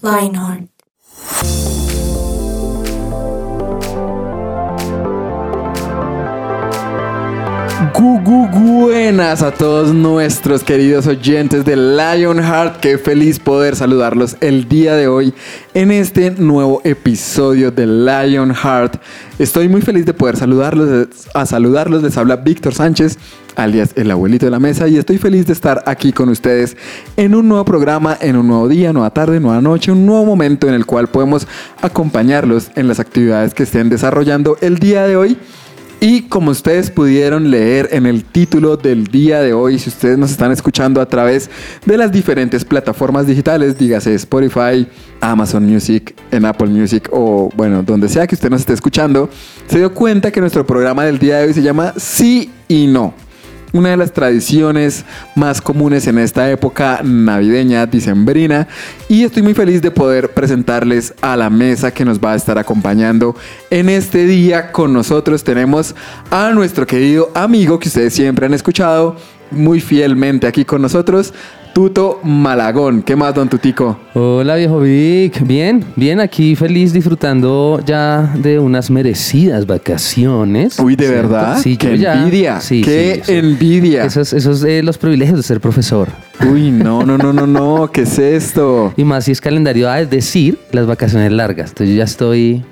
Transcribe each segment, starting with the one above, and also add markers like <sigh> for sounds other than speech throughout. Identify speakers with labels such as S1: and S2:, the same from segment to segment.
S1: Lionheart.
S2: Gu, gu, Buenas a todos nuestros queridos oyentes de Lionheart. Qué feliz poder saludarlos el día de hoy en este nuevo episodio de Lionheart. Estoy muy feliz de poder saludarlos. A saludarlos les habla Víctor Sánchez, alias el abuelito de la mesa, y estoy feliz de estar aquí con ustedes en un nuevo programa, en un nuevo día, nueva tarde, nueva noche, un nuevo momento en el cual podemos acompañarlos en las actividades que estén desarrollando el día de hoy. Y como ustedes pudieron leer en el título del día de hoy, si ustedes nos están escuchando a través de las diferentes plataformas digitales, dígase Spotify, Amazon Music, en Apple Music o bueno, donde sea que usted nos esté escuchando, se dio cuenta que nuestro programa del día de hoy se llama Sí y No. Una de las tradiciones más comunes en esta época navideña, dicembrina, y estoy muy feliz de poder presentarles a la mesa que nos va a estar acompañando en este día. Con nosotros tenemos a nuestro querido amigo que ustedes siempre han escuchado muy fielmente aquí con nosotros, Tuto Malagón. ¿Qué más, don Tutico?
S3: Hola viejo Vic, bien, bien aquí feliz disfrutando ya de unas merecidas vacaciones.
S2: Uy, ¿de
S3: ¿cierto?
S2: verdad?
S3: Sí,
S2: ¡Qué
S3: yo ya-
S2: envidia!
S3: Sí,
S2: ¡Qué
S3: sí, sí.
S2: envidia!
S3: Esos, esos eh, los privilegios de ser profesor.
S2: Uy, no, no, no, no, no, ¿qué es
S3: <laughs>
S2: esto?
S3: Y más si es calendario A, es decir, las vacaciones largas. Entonces yo ya estoy...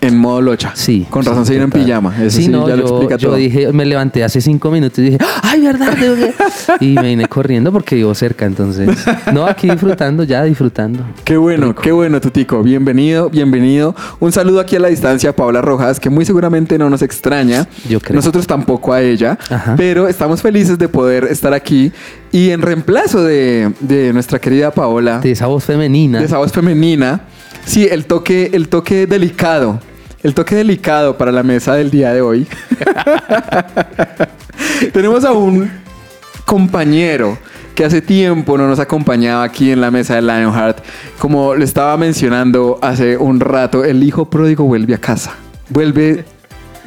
S2: En modo locha.
S3: Sí.
S2: Con razón se vino en
S3: total.
S2: pijama. Eso
S3: Sí,
S2: sí,
S3: no,
S2: ya
S3: yo,
S2: lo explica
S3: yo
S2: todo.
S3: dije, me levanté hace cinco minutos y dije, ¡Ah! ¡ay, verdad! tengo que-".
S2: <laughs>
S3: y me vine corriendo porque vivo cerca, entonces... No, aquí disfrutando, ya disfrutando.
S2: Qué bueno, qué bueno, Tutico. Bienvenido, bienvenido. Un saludo aquí a la distancia a Paula Rojas, que muy seguramente no nos extraña.
S3: Yo creo.
S2: Nosotros tampoco a ella.
S3: Ajá.
S2: Pero estamos felices de poder estar aquí. Y en reemplazo de, de nuestra querida Paola,
S3: De esa voz femenina.
S2: de esa voz femenina, sí, el toque, el toque delicado. El toque delicado para la mesa del día de hoy. <laughs> Tenemos a un compañero que hace tiempo no nos acompañaba aquí en la mesa de Lionheart. Como le estaba mencionando hace un rato, el hijo pródigo vuelve a casa. Vuelve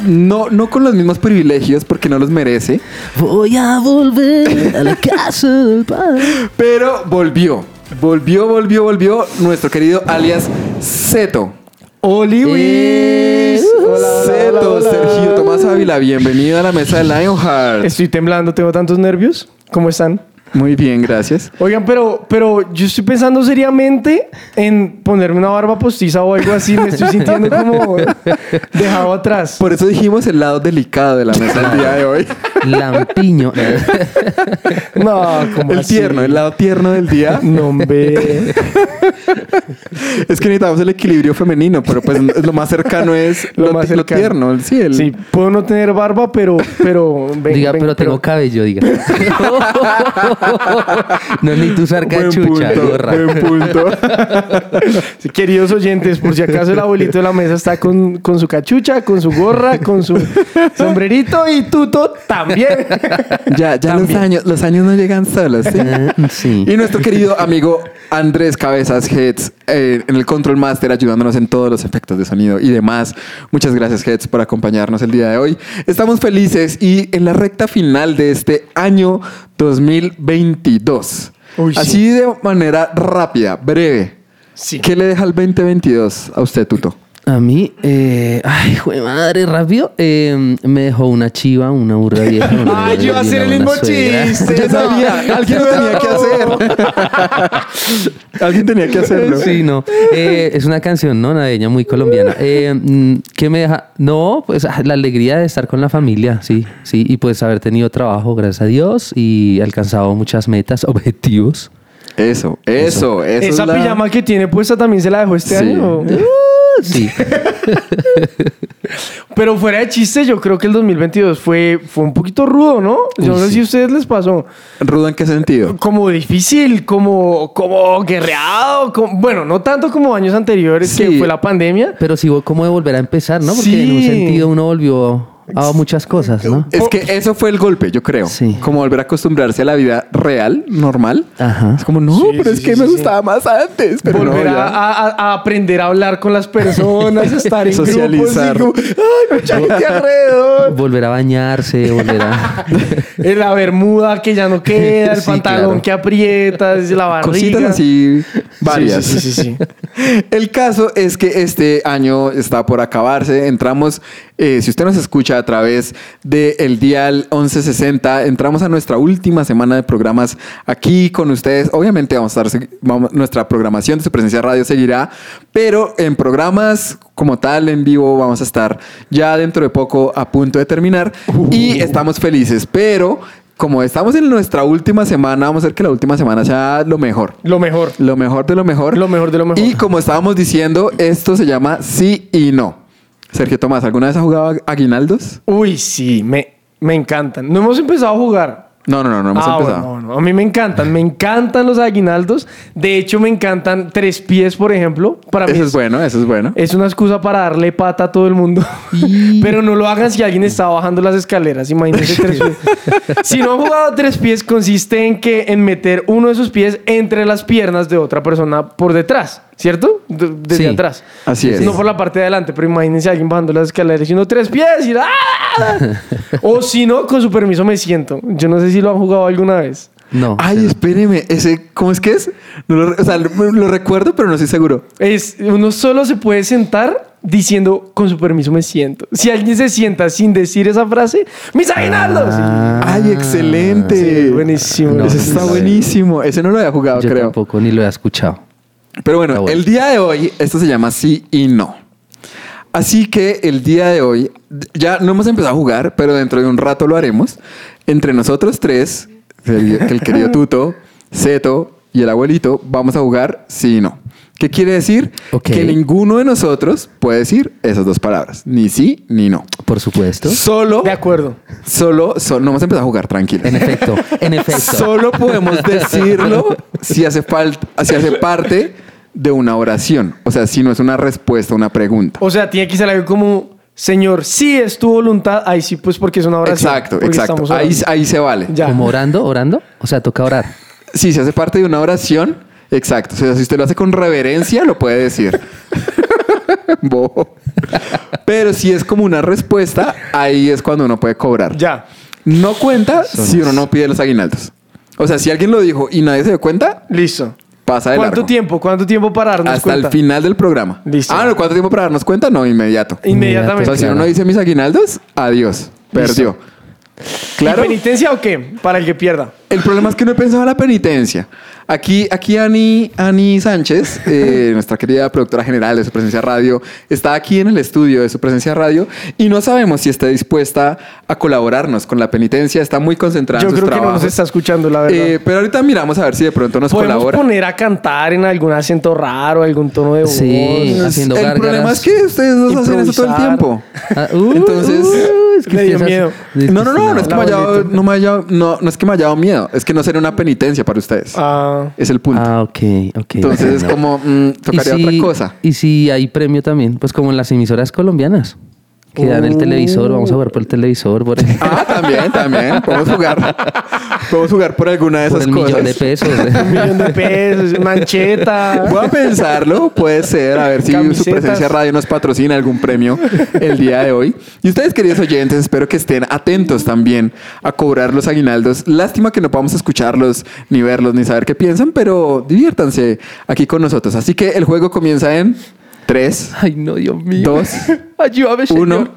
S2: no, no con los mismos privilegios porque no los merece,
S3: Voy a volver a la casa del padre.
S2: pero volvió. Volvió, volvió, volvió nuestro querido alias Seto.
S4: Oliwis.
S2: Seto, Sergio Tomás Ávila, bienvenido a la mesa de Lionheart.
S4: Estoy temblando, tengo tantos nervios. ¿Cómo están?
S2: Muy bien, gracias.
S4: Oigan, pero, pero yo estoy pensando seriamente en ponerme una barba postiza o algo así. Me estoy <laughs> sintiendo como dejado atrás.
S2: Por eso dijimos el lado delicado de la mesa el día de hoy.
S3: Lampiño.
S4: No, como
S2: El
S4: así?
S2: tierno, el lado tierno del
S4: <laughs>
S2: día. <laughs>
S4: No, hombre.
S2: Es que necesitamos el equilibrio femenino, pero pues lo más cercano es lo,
S4: Lo más
S2: ti- lo
S4: cercano.
S2: tierno. el- Sí, el-
S4: Sí, puedo no tener barba, pero... <laughs> pero
S3: <laughs>
S4: ven-
S3: diga,
S4: ven-
S3: pero tengo cabello, diga. <laughs> no ni tu
S2: Buen
S3: sarcachucha,
S2: punto,
S3: gorra.
S2: buen punto.
S4: Sí, Queridos oyentes, por si acaso el abuelito de la mesa está con, con su cachucha, con su gorra, con su sombrerito y tuto <laughs> también.
S2: Ya, ya los años, los años no llegan solos. ¿sí?
S4: <laughs>
S3: Eh, Sí.
S2: Y nuestro querido amigo Andrés Cabezas Heads eh, en el Control Master ayudándonos en todos los efectos de sonido y demás. Muchas gracias Heads por acompañarnos el día de hoy. Estamos felices y en la recta final de este año 2022.
S4: Uy, sí.
S2: Así de manera rápida, breve.
S4: Sí.
S2: ¿Qué le deja el 2022 a usted, Tuto?
S3: A mí, eh, ay, hijo de madre, rápido, eh, me dejó una chiva, una burra vieja. una
S4: Ay, yo iba a hacer el
S3: una
S4: mismo
S3: suegra.
S4: chiste.
S2: Ya sabía, alguien lo tenía que hacer.
S4: <laughs>
S2: alguien tenía que hacerlo.
S3: Sí, no. Eh, es una canción, ¿no? Nadeña, muy colombiana. Eh, mm, ¿Qué me deja? No, pues ah, la alegría de estar con la familia, sí, sí. Y pues haber tenido trabajo, gracias a Dios, y alcanzado muchas metas, <laughs> objetivos.
S2: Eso, eso, eso.
S4: Esa
S2: es la-
S4: pijama que tiene puesta también se la dejó este
S2: Sí.
S4: año.
S3: Sí.
S4: Pero fuera de chiste, yo creo que el 2022 fue, fue un poquito rudo, ¿no? Yo
S3: Uy,
S4: no sé
S3: sí.
S4: si a ustedes les pasó.
S2: ¿Rudo en qué sentido?
S4: Como difícil, como, como guerreado. como- bueno, no tanto como años anteriores,
S2: Sí.
S4: que fue la pandemia.
S3: Pero sí, hubo como de volver a empezar, ¿no? Porque en un
S4: Sí.
S3: sentido uno volvió a muchas cosas, ¿no?
S4: Oh.
S2: Es que eso fue el golpe, yo creo.
S3: Sí.
S2: Como volver a acostumbrarse a la vida real, normal.
S3: Ajá.
S2: Es como, no, pero es que me gustaba más antes. Pero no,
S4: Volver a,
S2: ya.
S4: a- a aprender a hablar con las
S2: <laughs>
S4: personas, estar en
S2: Socializar.
S4: grupos. y como, Ay,
S2: <laughs>
S4: mucha gente alrededor.
S3: Volver a bañarse, volver a...
S4: El- La bermuda
S2: <laughs>
S4: que ya no queda, el
S3: Sí,
S4: pantalón
S3: claro.
S4: que aprietas, la barriga.
S2: Cositas así, varias.
S4: Sí, sí, sí, sí, sí.
S2: El caso es que este año está por acabarse. Entramos, eh, si usted nos escucha a través del Dial 1160, entramos a nuestra última semana de programas aquí con ustedes. Obviamente vamos a estar, vamos- nuestra programación de su presencia radio seguirá, pero en programas como tal, en vivo, vamos a estar ya dentro de poco a punto de terminar y estamos felices, pero... Como estamos en nuestra última semana, vamos a hacer que la última semana sea lo mejor.
S4: Lo mejor.
S2: Lo mejor de lo mejor.
S4: Lo mejor de lo mejor.
S2: Y como estábamos diciendo, esto se llama sí y no. Sergio Tomás, ¿alguna vez has jugado a- aguinaldos?
S4: Uy, sí, me, me encantan. No hemos empezado a jugar.
S2: No, no, no, no hemos
S4: Ah,
S2: empezado.
S4: bueno, no, no. A mí me encantan, me encantan los aguinaldos. De hecho, me encantan tres pies, por ejemplo. Para mí
S2: Eso es bueno, eso es bueno.
S4: es una excusa para darle pata a todo el mundo. <laughs> Pero no lo hagan si alguien está bajando las escaleras. Imagínense tres
S2: <laughs>
S4: pies. si no han jugado tres pies, consiste en que en meter uno de sus pies entre las piernas de otra persona por detrás, ¿cierto? De- desde
S3: Sí.
S4: atrás.
S2: Así es.
S4: No por la parte de adelante, pero imagínense a alguien bajando las escaleras y uno tres pies
S2: <laughs>
S4: y ¡ah! O si no, con su permiso me siento. Yo no sé si lo han jugado alguna vez.
S3: No.
S2: Ay, espéreme, ese, ¿cómo es que es? No lo, re- o sea, lo, lo recuerdo, pero no estoy seguro.
S4: Es, uno solo se puede sentar diciendo, con su permiso me siento. Si alguien se sienta sin decir esa frase, ¡mis aguinaldos!
S3: Ah.
S2: Ay, excelente.
S4: Sí, buenísimo.
S3: No,
S2: ese
S3: sí,
S2: está
S3: sí.
S2: buenisimo. Ese no lo había jugado,
S3: Yo
S2: creo.
S3: tampoco ni lo he escuchado.
S2: Pero bueno,
S3: Está Ah, bueno.
S2: el día de hoy, esto se llama sí y no. Así que el día de hoy, d- ya no hemos empezado a jugar, pero dentro de un rato lo haremos. Entre nosotros tres, el, el
S3: <laughs>
S2: querido Tuto, Seto y el abuelito, vamos a jugar sí y no. ¿Qué quiere decir?
S3: Ok.
S2: Que ninguno de nosotros puede decir esas dos palabras, ni sí ni no.
S3: Por supuesto.
S2: Solo,
S4: De acuerdo.
S2: solo, solo, no hemos empezado a jugar, tranquilo.
S3: En efecto, en efecto.
S2: Solo podemos decirlo si hace falta, si hace parte de una oración. O sea, si no es una respuesta, una pregunta.
S4: O sea, tiene que ser algo como, Señor, si es tu voluntad, ahí sí, pues porque es una oración.
S2: exacto,
S4: porque
S2: exacto.
S4: estamos
S2: Ahí,
S4: orando.
S2: ahí se vale.
S4: Ya.
S3: Como orando, orando. O sea, toca orar.
S2: Si se hace parte de una oración, exacto. O sea, si usted lo hace con reverencia, lo puede
S4: <laughs>
S2: decir. Bobo. Pero si es como una respuesta, ahí es cuando uno puede cobrar.
S4: Ya.
S2: No cuenta si uno no pide los aguinaldos. O sea, si alguien lo dijo y nadie se dio cuenta,
S4: Listo.
S2: pasa de
S4: ¿Cuánto
S2: largo.
S4: tiempo? ¿Cuánto tiempo para darnos
S2: Hasta
S4: cuenta?
S2: el final del programa.
S4: Listo.
S2: Ah, no, ¿cuánto tiempo para darnos cuenta? No, inmediato. O
S4: Inmediatamente.
S2: sea, si uno no dice mis aguinaldos, adiós. Perdió. Claro.
S4: ¿Y penitencia o qué? Para el que pierda.
S2: El problema es que no he pensado en la penitencia. Aquí, aquí Ani, Ani Sánchez,
S4: <laughs>
S2: eh, nuestra querida productora general de su presencia radio, está aquí en el estudio de su presencia radio y no sabemos si está dispuesta a colaborarnos con la penitencia. Está muy concentrada
S4: Yo
S2: en sus
S4: creo que no
S2: trabajos.
S4: nos está escuchando, la verdad.
S2: Eh, pero ahorita miramos a ver si de pronto nos
S4: Podemos
S2: colabora.
S4: poner a cantar en algún acento raro, algún tono de voz.
S3: Sí. haciendo
S2: el
S3: gárgaras.
S2: problema es que ustedes dos hacen eso todo el
S4: Improvisar.
S2: tiempo. <laughs>
S3: Ah, uh,
S2: Entonces,
S3: uh,
S4: le dio
S3: esas-
S4: miedo.
S3: es
S2: No, no, no, no es que me
S4: La
S2: haya dado,
S4: bolita.
S2: no me haya- no, no es que me haya dado miedo, es que no sería una penitencia para ustedes.
S4: Ah,
S2: Es el punto.
S3: Ah, ok, ok.
S2: Entonces es
S3: bueno.
S2: como mm, tocaría
S3: ¿Y si-
S2: otra cosa.
S3: Y si hay premio también, pues como en las emisoras colombianas. Que dan el televisor, vamos a jugar por el televisor, por el,
S2: Ah, también, también. Podemos jugar. Podemos jugar por alguna de
S3: <laughs> por
S2: esas
S3: el
S2: cosas.
S3: millón de pesos.
S4: <laughs>
S3: ¿eh?
S2: <laughs>
S4: un millón de pesos, mancheta.
S2: Voy a pensarlo, puede ser, a ver si su
S4: Camisetas.
S2: presencia radio nos patrocina algún premio el día de hoy. Y ustedes, queridos oyentes, espero que estén atentos también a cobrar los aguinaldos. Lástima que no podamos escucharlos, ni verlos, ni saber qué piensan, pero diviértanse aquí con nosotros. Así que el juego comienza en 3,
S3: Ay, no, Dios mío.
S2: 2,
S3: <laughs> Ayúdame,
S2: uno,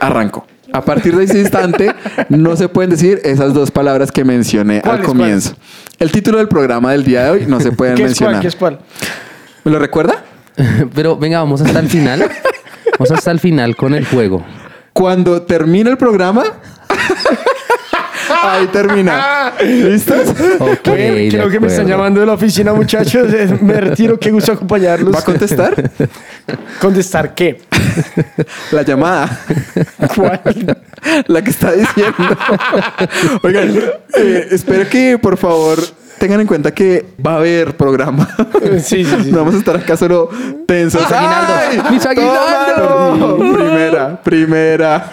S2: arranco. A partir de ese instante no se pueden decir esas dos palabras que mencioné al
S4: ¿Cuáles,
S2: comienzo. El título del programa del día de hoy no se pueden
S4: ¿Qué es cuál?
S2: mencionar.
S4: ¿Qué es cuál?
S2: ¿Me lo recuerda?
S3: <laughs> Pero venga, vamos hasta el final. Vamos hasta el final con el juego.
S2: Cuando termina el
S4: <laughs>
S2: programa, ahí termina. ¿Listos?
S4: <laughs>
S3: Ok,
S4: Oigan,
S3: de
S4: creo que me están
S3: acuerdo. <laughs>
S4: llamando de la oficina, muchachos. Me retiro, qué gusto acompañarlos.
S2: ¿Va a contestar?
S4: ¿Contestar qué?
S2: La llamada.
S4: <laughs> ¿Cuál?
S2: La que está diciendo. Oigan, eh, espero que por favor tengan en cuenta que va a haber programa.
S4: Sí, sí, sí.
S2: No vamos a estar acá solo tensos.
S3: aguinaldos!
S2: ¡Ay!
S3: ¡Mis aguinaldos!
S2: ¡Tómalo! Primera, primera.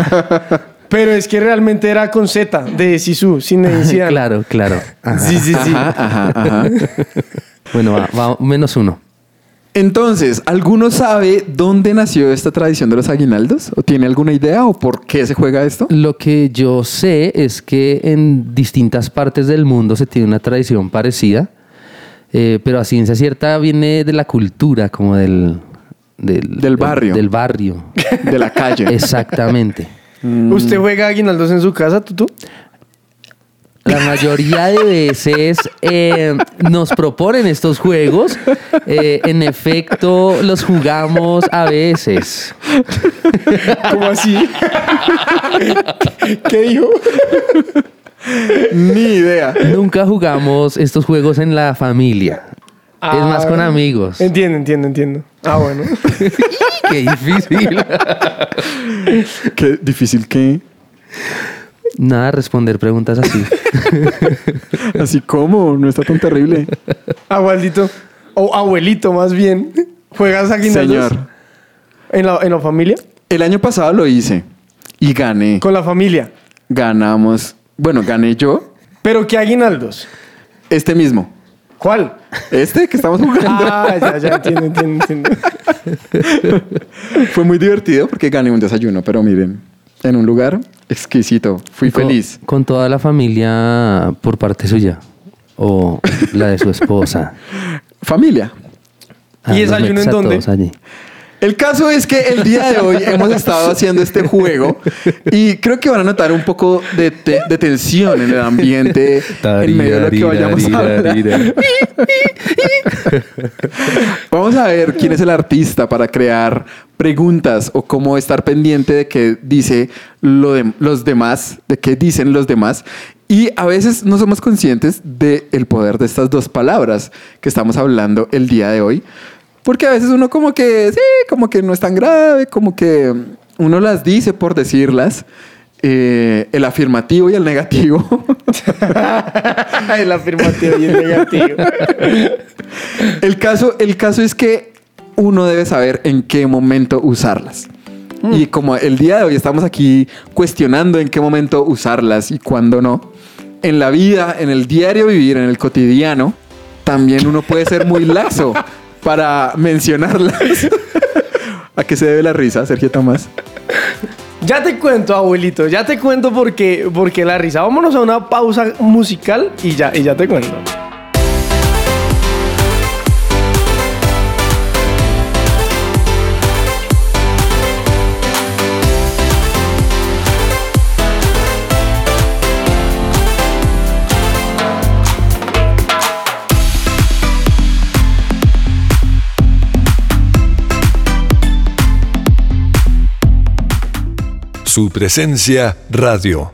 S4: Pero es que realmente era con Z de Sisu, sin necesidad.
S3: Ah, Claro, claro.
S2: Ah.
S3: Ajá.
S4: Sí, sí, sí.
S2: Ajá, ajá, ajá.
S3: Bueno, va, va, menos uno.
S2: Entonces, ¿alguno sabe dónde nació esta tradición de los aguinaldos? ¿O tiene alguna idea o por qué se juega
S4: <laughs>
S2: esto?
S3: Lo que yo sé es que en distintas partes del mundo se tiene una tradición parecida, eh, pero a ciencia cierta viene de la cultura, como del... Del,
S2: Del barrio.
S3: Del barrio.
S2: De la calle.
S3: Exactamente.
S4: Mm. ¿Usted juega aguinaldos en su casa, Tutu?
S3: La mayoría de veces eh, nos proponen estos juegos. eh, en efecto, los jugamos a veces.
S4: ¿Cómo así? ¿Qué dijo?
S2: <laughs> Ni idea.
S3: Nunca jugamos estos juegos en la familia. <laughs> es más con
S4: Ah,
S3: amigos.
S4: Entiendo, entiendo, entiendo.
S3: <laughs>
S4: Ah, bueno.
S3: Qué difícil.
S2: <laughs> Qué difícil que.
S3: Nada, responder preguntas así.
S2: Así como, no está tan terrible.
S4: Abuelito. Ah, O abuelito, más bien. ¿Juegas aguinaldos?
S2: Señor,
S4: ¿En la, ¿En la familia?
S2: el año pasado lo hice y gané.
S4: Con la familia.
S2: Ganamos. Bueno, gané yo
S4: ¿Pero qué aguinaldos?
S2: este mismo.
S4: ¿Cuál?
S2: Este que estamos jugando
S4: <laughs> Ah, ya, ya, entiendo, entiendo, <laughs> entiendo.
S2: <laughs> fue muy divertido porque gané un desayuno, pero miren, en un lugar exquisito. Fui
S3: Con-
S2: feliz.
S3: Con, toda la familia por parte suya. O la de su
S2: <laughs>
S3: esposa.
S2: Familia.
S3: Ah,
S4: ¿Y
S3: los
S4: desayuno
S3: metes
S4: en
S3: a
S4: dónde?
S3: todos allí.
S2: El caso es que el día de hoy hemos estado haciendo este juego y creo que van a notar un poco de, te- de tensión en el ambiente en medio de lo que vayamos a hablar. Vamos a ver quién es el artista para crear preguntas o cómo estar pendiente de qué dice lo de- los demás, de qué dicen los demás. Y a veces no somos conscientes del poder de estas dos palabras que estamos hablando el día de hoy. Porque a veces uno como que, sí, como que no es tan grave, como que uno las dice por decirlas. Eh, el afirmativo y el negativo. <laughs>
S4: el afirmativo y el negativo.
S2: El caso, el caso es que uno debe saber en qué momento usarlas.
S3: Mm.
S2: Y como el día de hoy estamos aquí cuestionando en qué momento usarlas y cuándo no, en la vida, en el diario vivir, en el cotidiano, también uno puede ser muy
S3: <laughs>
S2: laxo para mencionarlas. ¿A qué se debe la risa, Sergio Tomás?
S4: Ya te cuento, abuelito, ya te cuento porque, porque la risa. Vámonos a una pausa musical y ya, y ya te cuento.
S1: Su presencia radio.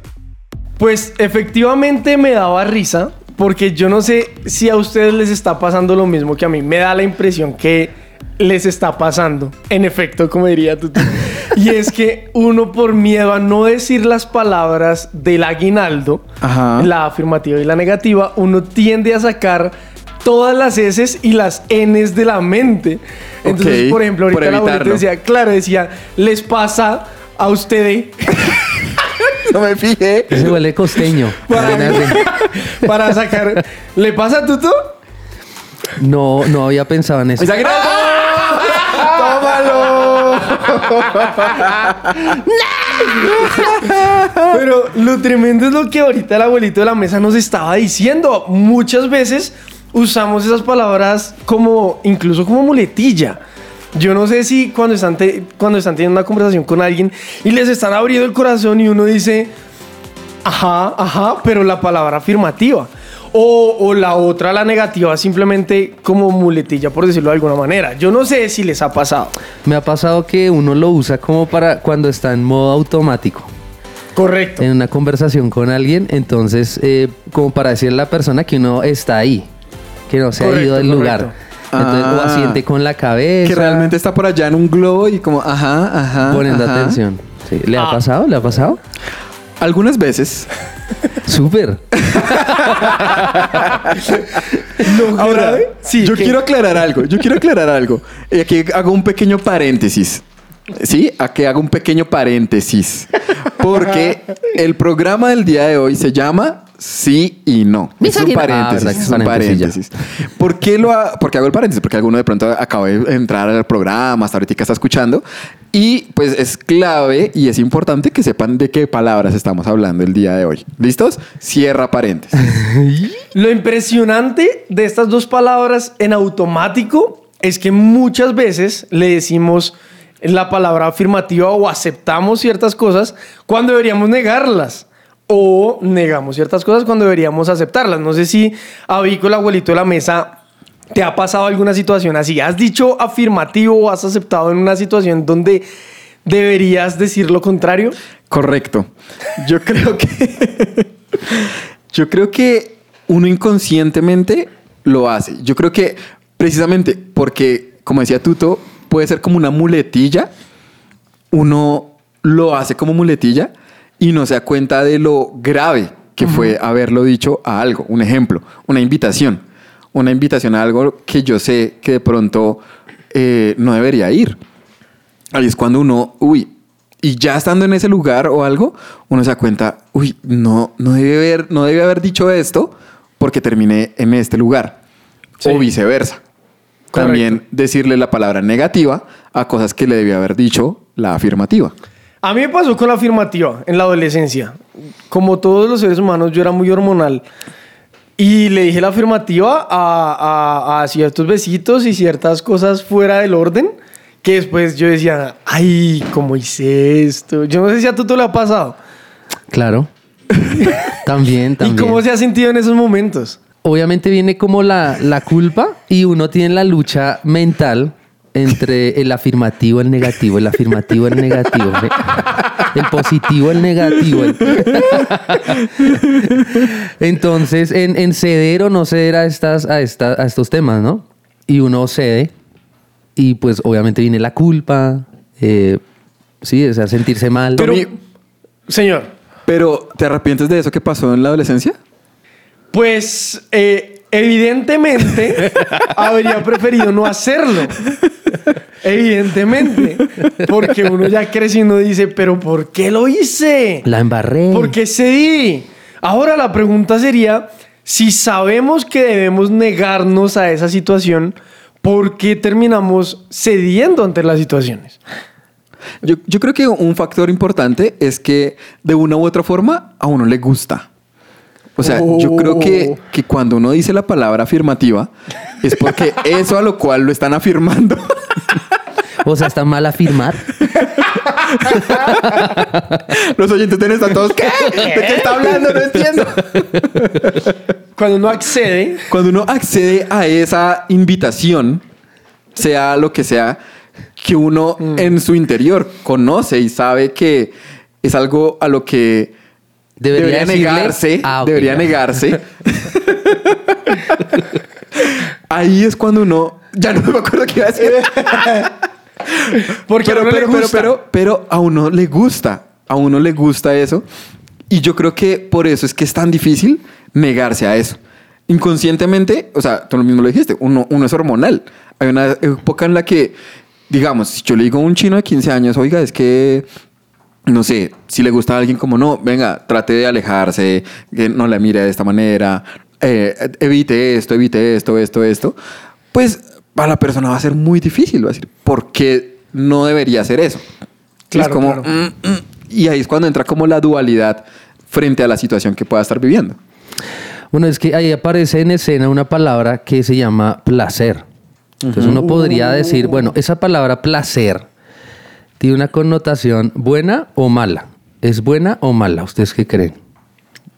S4: Pues efectivamente me daba risa porque yo no sé si a ustedes les está pasando lo mismo que a mí. Me da la impresión que les está pasando. En efecto, como
S2: <laughs>
S4: diría tú. Y es que uno por miedo a no decir las palabras del aguinaldo,
S2: Ajá.
S4: la afirmativa y la negativa, uno tiende a sacar todas las S y las Ns de la mente. Entonces,
S2: Ok,
S4: por ejemplo,
S2: por
S4: ahorita la abuelita
S2: evitarlo.
S4: decía, claro, decía, les pasa a ustedes
S2: No me fijé.
S3: Ese
S2: <laughs>
S3: huele costeño.
S4: para, <laughs> para sacar. ¿Le pasa a Tuto?
S3: No, no había pensado en
S2: ¡Ah!
S3: eso.
S4: Pero lo tremendo es lo que ahorita el abuelito de la mesa nos estaba diciendo. Muchas veces usamos esas palabras como, incluso como muletilla. Yo no sé si cuando están, te- cuando están teniendo una conversación con alguien y les están abriendo el corazón y uno dice, ajá, ajá, pero la palabra afirmativa. O, o la otra, la negativa, simplemente como muletilla, por decirlo de alguna manera. Yo no sé si les ha pasado.
S3: Me ha pasado que uno lo usa como para cuando está en modo automático.
S4: Correcto.
S3: En una conversación con alguien, entonces, eh, como para decirle a la persona que uno está ahí, que no se ha
S4: Correcto,
S3: ido del
S4: correcto.
S3: lugar. Entonces, o
S2: Ah.
S3: asiente con la cabeza.
S2: Que realmente está por allá en un globo y como, ajá, ajá.
S3: Poniendo
S2: ajá.
S3: atención. Sí. ¿Le
S2: Ah.
S3: ha pasado? ¿Le ha pasado?
S2: Algunas veces.
S3: Súper.
S2: Ahora, ¿eh?
S4: grave? Sí,
S2: yo
S4: que-
S2: quiero aclarar algo. Yo quiero aclarar algo. Y aquí hago un pequeño paréntesis. Sí, aquí hago un pequeño paréntesis. Porque el programa del día de hoy se llama Sí y No. Es un
S3: Misógino. Ah,
S2: paréntesis.
S3: verdad que
S2: es
S3: es
S2: un
S3: paréntesis ya.
S2: paréntesis. ¿Por qué lo ha- por qué hago el paréntesis? Porque alguno de pronto acaba de entrar al programa, hasta ahorita está escuchando. Y pues es clave y es importante que sepan de qué palabras estamos hablando el día de hoy. ¿Listos? Cierra paréntesis.
S4: Lo impresionante de estas dos palabras en automático es que muchas veces le decimos la palabra afirmativa o aceptamos ciertas cosas cuando deberíamos negarlas. O negamos ciertas cosas cuando deberíamos aceptarlas. No sé si a Vico, el abuelito de la mesa, te ha pasado alguna situación así. ¿Has dicho afirmativo o has aceptado en una situación donde deberías decir lo contrario?
S2: Correcto. Yo creo que. yo creo que uno inconscientemente lo hace. Yo creo que precisamente porque, como decía Tuto, puede ser como una muletilla. Uno lo hace como muletilla y no se da cuenta de lo grave que fue haberlo dicho a algo. Un ejemplo, una invitación. Una invitación a algo que yo sé que de pronto eh, no debería ir. Ahí es cuando uno, uy, y ya estando en ese lugar o algo, uno se da cuenta, uy, no, no debe haber, no debe haber dicho esto porque terminé en este lugar.
S4: Sí.
S2: O viceversa. También decirle la palabra negativa a cosas que le debía haber dicho la afirmativa.
S4: A mí me pasó con la afirmativa en la adolescencia. Como todos los seres humanos, yo era muy hormonal. Y le dije la afirmativa a, a- a ciertos besitos y ciertas cosas fuera del orden. Que después yo decía, ay, ¿cómo hice esto? Yo no sé si a tú te lo ha pasado.
S3: Claro. también,
S4: <laughs> ¿Y
S3: también.
S4: cómo se ha sentido en esos momentos?
S3: Obviamente viene como la, la culpa y uno tiene la lucha mental entre el afirmativo, el negativo, el afirmativo, el negativo, el positivo, el negativo. el- Entonces, en, en ceder o no ceder a, estas, a, esta- a estos temas, ¿no? Y uno cede y pues obviamente viene la culpa, eh, sí, o sea, sentirse mal.
S4: Pero,
S2: Tommy-
S4: señor,
S2: Pero, ¿te arrepientes de eso que pasó en la adolescencia?
S4: pues eh,
S2: <laughs>
S4: evidentemente habría preferido no hacerlo. Evidentemente. Porque uno ya crece y uno dice, pero ¿por qué lo hice?
S3: la embarré.
S4: ¿Por qué cedí? Ahora la pregunta sería, si sabemos que debemos negarnos a esa situación, ¿por qué terminamos cediendo ante las situaciones?
S2: Yo, yo creo que un factor importante es que de una u otra forma a uno le gusta. O sea, yo creo que, que cuando uno dice la palabra afirmativa es porque eso a lo cual lo están afirmando. <laughs>
S3: O sea, está mal afirmar.
S2: Los oyentes de están todos, ¿qué? ¿De qué está hablando? No entiendo.
S4: Cuando uno accede,
S2: Cuando uno accede a esa invitación, sea lo que sea, que uno
S3: Mm.
S2: en su interior conoce y sabe que es algo a lo que debería,
S3: decirle-
S2: negarse,
S3: Ah, ok,
S2: debería
S3: ya. <laughs>
S2: negarse. Ahí es cuando uno, ya no me acuerdo qué iba a decir.
S3: <laughs>
S4: porque
S2: pero,
S4: a uno le
S2: pero, pero,
S4: gusta.
S2: pero, pero a uno le gusta, a uno le gusta eso. Y yo creo que por eso es que es tan difícil negarse a eso. Inconscientemente, o sea, tú lo mismo lo dijiste, uno, uno es hormonal. Hay una época en la que, digamos, si yo le digo a un chino de 15 años, oiga, es que, no sé, si le gusta a alguien como no, venga, trate de alejarse, que no la mire de esta manera, eh, evite esto, evite esto, esto, esto, pues para la persona va a ser muy difícil, va a decir, ¿por qué no debería hacer eso?
S4: Claro,
S2: es como,
S4: claro.
S2: mm, mm, y ahí es cuando entra como la dualidad frente a la situación que pueda estar viviendo.
S3: Bueno, es que ahí aparece en escena una palabra que se llama placer. Entonces uno podría decir, bueno, esa palabra placer tiene una connotación buena o mala. ¿Es buena o mala? ¿Ustedes qué creen?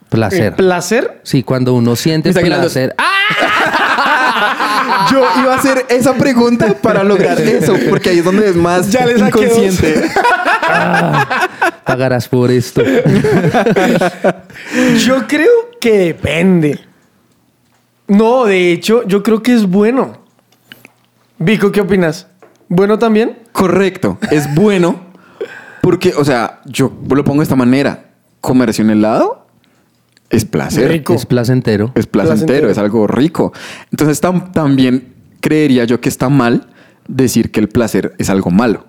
S3: Placer.
S4: ¿El placer?
S3: Sí, cuando uno siente
S2: Está ganando.
S3: placer. ¡Ah!
S2: Yo iba a hacer esa pregunta para lograr eso, porque ahí es donde es más
S4: Ya le saqué dos.
S2: inconsciente.
S3: Pagarás por esto.
S4: Yo creo que depende. No, de hecho, yo creo que es bueno. Vico, ¿qué opinas? ¿Bueno también?
S2: Correcto, es bueno porque, o sea, yo lo pongo de esta manera. Comerse un helado es placer.
S4: Rico.
S3: Es placentero.
S2: Es placentero,
S4: Placentero.
S2: es algo rico. Entonces tam- también creería yo que está mal decir que el placer es algo malo.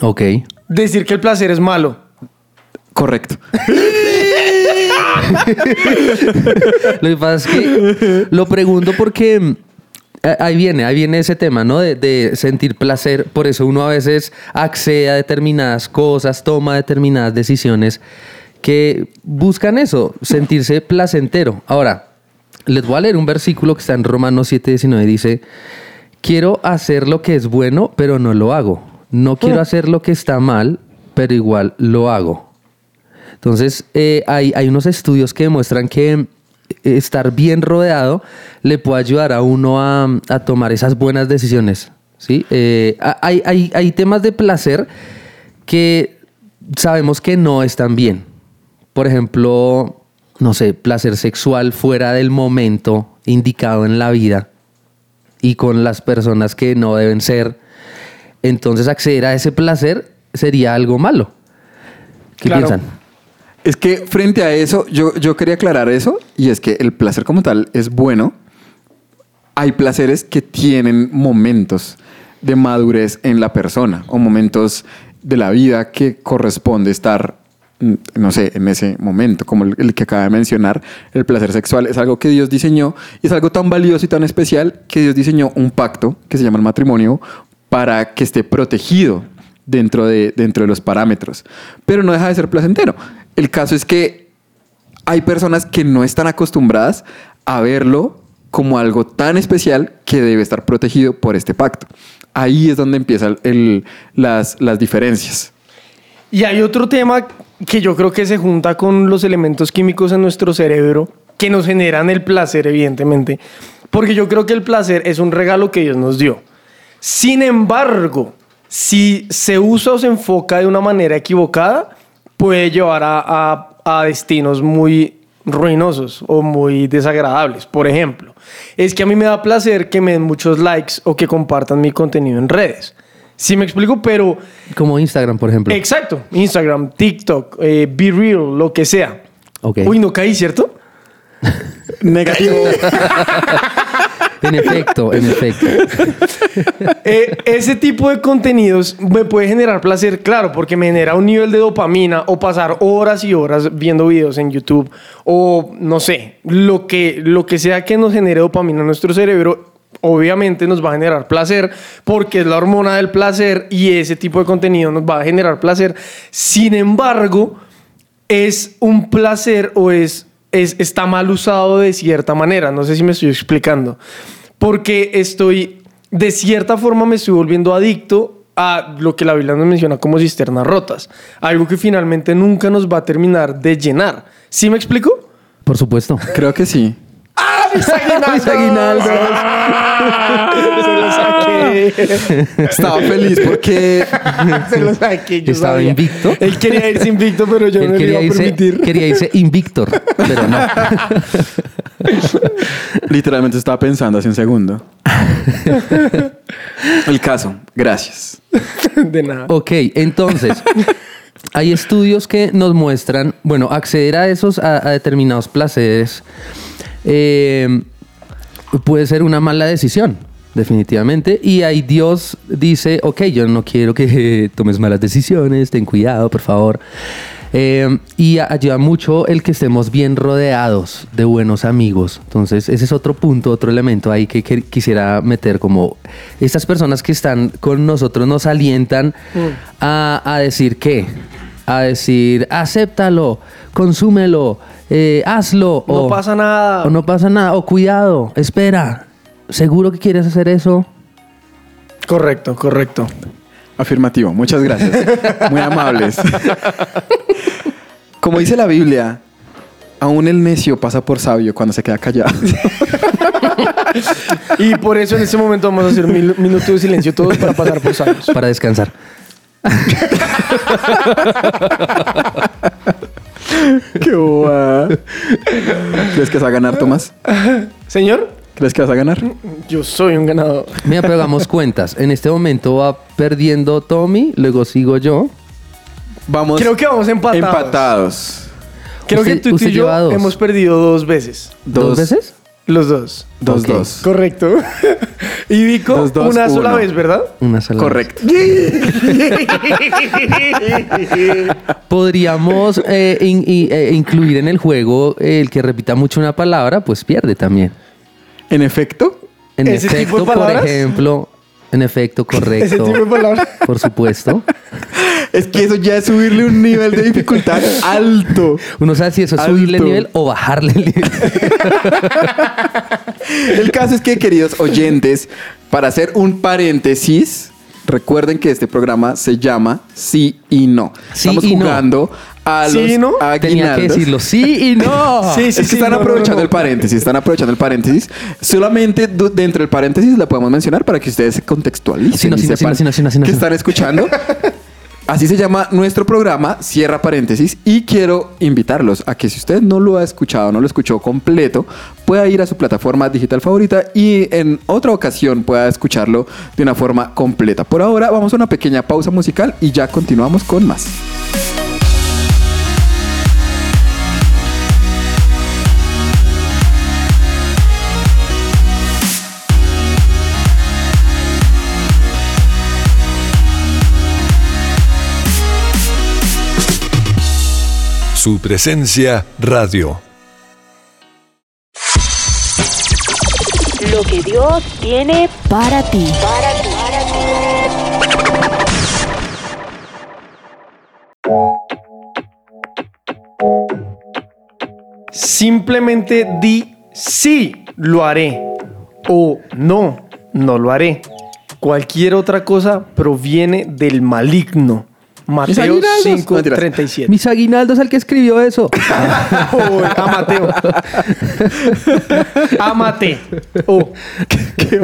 S3: Ok.
S4: Decir que el placer es malo.
S2: Correcto.
S3: Lo que pasa es que lo pregunto porque mm, eh, ahí viene, ahí viene ese tema, ¿no? De, de sentir placer. Por eso uno a veces accede a determinadas cosas, toma determinadas decisiones que buscan eso, sentirse placentero. Ahora, les voy a leer un versículo que está en Romanos 7, 19. Dice, quiero hacer lo que es bueno, pero no lo hago. No quiero hacer lo que está mal, pero igual lo hago. Entonces, eh, hay, hay unos estudios que demuestran que eh, estar bien rodeado le puede ayudar a uno a, a tomar esas buenas decisiones. ¿sí? Eh, a- hay, hay- hay temas de placer que sabemos que no están bien. Por ejemplo, no sé, placer sexual fuera del momento indicado en la vida y con las personas que no deben ser. Entonces, acceder a ese placer sería algo malo. ¿Qué
S4: <laughs> Claro.
S3: piensan?
S2: Es que frente a eso, yo, yo quería aclarar eso, y es que el placer como tal es bueno. Hay placeres que tienen momentos de madurez en la persona o momentos de la vida que corresponde estar, mm, no sé, en ese momento, como el, el que acaba de mencionar, el placer sexual es algo que Dios diseñó y es algo tan valioso y tan especial que Dios diseñó un pacto que se llama el matrimonio para que esté protegido dentro de, dentro de los parámetros. Pero no deja de ser placentero. El caso es que hay personas que no están acostumbradas a verlo como algo tan especial que debe estar protegido por este pacto. Ahí es donde empiezan el- las, las diferencias.
S4: Y hay otro tema que yo creo que se junta con los elementos químicos en nuestro cerebro que nos generan el placer, evidentemente. Porque yo creo que el placer es un regalo que Dios nos dio. Sin embargo, si se usa o se enfoca de una manera equivocada, puede llevar a, a- a destinos muy ruinosos o muy desagradables. Por ejemplo, es que a mí me da placer que me den muchos likes o que compartan mi contenido en redes. Si me explico, pero
S3: Como Instagram, por ejemplo.
S4: Exacto. Instagram, TikTok, eh, Be Real, lo que sea.
S3: Ok.
S4: Uy, no caí, ¿cierto?
S2: Negativo.
S3: En efecto, en efecto.
S4: Eh, ese tipo de contenidos me puede generar placer, claro, porque me genera un nivel de dopamina o pasar horas y horas viendo videos en YouTube o no sé, lo que, lo que sea que nos genere dopamina en nuestro cerebro. Obviamente nos va a generar placer porque es la hormona del placer y ese tipo de contenido nos va a generar placer. Sin embargo, es un placer o es, es está mal usado de cierta manera. No sé si me estoy explicando. Porque estoy, de cierta forma me estoy volviendo adicto a lo que la Biblia nos menciona como cisternas rotas. Algo que finalmente nunca nos va a terminar de llenar. ¿Sí me explico?
S3: Por supuesto.
S2: Creo que sí.
S4: Mis aguinaldos. <laughs> Se los saqué.
S2: Estaba feliz porque
S4: <laughs> Se los saqué. yo
S3: Estaba
S4: sabía.
S3: invicto.
S4: Él quería irse invicto, pero yo
S3: Él
S4: no le iba
S3: quería
S4: a
S3: irse,
S4: permitir. <laughs>
S3: quería irse invictor, pero no.
S2: literalmente estaba pensando hace un segundo. El caso, gracias.
S4: De nada.
S3: Ok, entonces, hay estudios que nos muestran, bueno, acceder a esos, a, a determinados placeres, eh, puede ser una mala decisión, definitivamente. Y ahí Dios dice, ok, yo no quiero que <laughs> tomes malas decisiones, ten cuidado, por favor. Eh, y a- ayuda mucho el que estemos bien rodeados de buenos amigos. Entonces, ese es otro punto, otro elemento ahí que, que quisiera meter, como estas personas que están con nosotros nos alientan
S4: Mm.
S3: a, a decir que, a decir, acéptalo, consúmelo, eh, hazlo.
S4: No pasa nada.
S3: O no pasa nada. O cuidado, espera. ¿Seguro que quieres hacer eso?
S4: Correcto, correcto.
S2: Afirmativo, muchas gracias. Muy amables. Como dice la Biblia, aún el necio pasa por sabio cuando se queda callado.
S4: Y por eso en este momento vamos a hacer un mil- minuto de silencio todos para pasar por sanos.
S3: <laughs> Para descansar.
S2: Qué boba. <laughs> ¿Crees que se va a ganar, Tomás?
S4: Señor,
S2: ¿Crees que vas a ganar?
S4: Yo soy un ganador.
S3: Mira, pero hagamos cuentas. En este momento va perdiendo Tommy, luego sigo yo.
S2: Vamos.
S4: Creo que vamos empatados.
S2: empatados.
S4: Creo
S3: Usted-
S4: que tú,
S3: usted
S4: y yo
S3: lleva dos.
S4: hemos perdido dos veces.
S3: ¿Dos,
S2: Dos-
S3: veces?
S4: Los dos.
S2: Dos,
S3: Ok.
S2: dos.
S4: Correcto. <laughs> y Vico,
S2: Dos, dos,
S4: una sola
S2: uno.
S4: vez, ¿verdad?
S3: Una sola.
S2: Correcto.
S3: Podríamos eh, in- in- eh, incluir en el juego eh, el que repita mucho una palabra, pues pierde también.
S2: En efecto,
S3: En
S4: ¿Ese tipo de
S3: efecto, por
S4: palabras?
S3: ejemplo. En efecto, correcto.
S4: Ese tipo de palabras.
S3: Por supuesto.
S2: es que eso ya es subirle un nivel de
S3: <laughs>
S2: dificultad alto.
S3: Uno sabe si eso es subirle el
S2: Alto.
S3: nivel o bajarle el nivel.
S4: <laughs>
S2: El caso es que, queridos oyentes, para hacer un paréntesis, recuerden que este programa se llama Sí y No.
S3: Sí
S2: Estamos
S3: y No.
S2: jugando a los
S4: Sí y No.
S3: Tenía que
S2: aguinaldos.
S3: decirlo sí y no.
S4: Sí,
S2: es que están
S4: no, no,
S2: aprovechando
S4: no.
S2: el paréntesis, están aprovechando el paréntesis. Solamente du- dentro del paréntesis la podemos mencionar para que ustedes se contextualicen
S3: Sí, no,
S2: y
S3: sí, no, sí,
S2: sepan
S3: no, sí, no, sí, no, sí, no,
S2: que
S3: sí.
S2: están
S3: <laughs>
S2: escuchando. Así se llama nuestro programa, cierra paréntesis, y quiero invitarlos a que si usted no lo ha escuchado, no lo escuchó completo, pueda ir a su plataforma digital favorita y en otra ocasión pueda escucharlo de una forma completa. Por ahora vamos a una pequeña pausa musical y ya continuamos con
S3: <laughs>
S2: más.
S1: Su presencia radio.
S5: Lo que Dios tiene
S6: para ti.
S4: Simplemente di sí, lo haré. O no, no lo haré. Cualquier otra cosa proviene del maligno. Mateo
S2: aguinaldos. Mentiras.
S4: 5:37.
S3: Mis aguinaldos al que escribió eso.
S4: Uy, A Mateo. Amate. Oh. Qué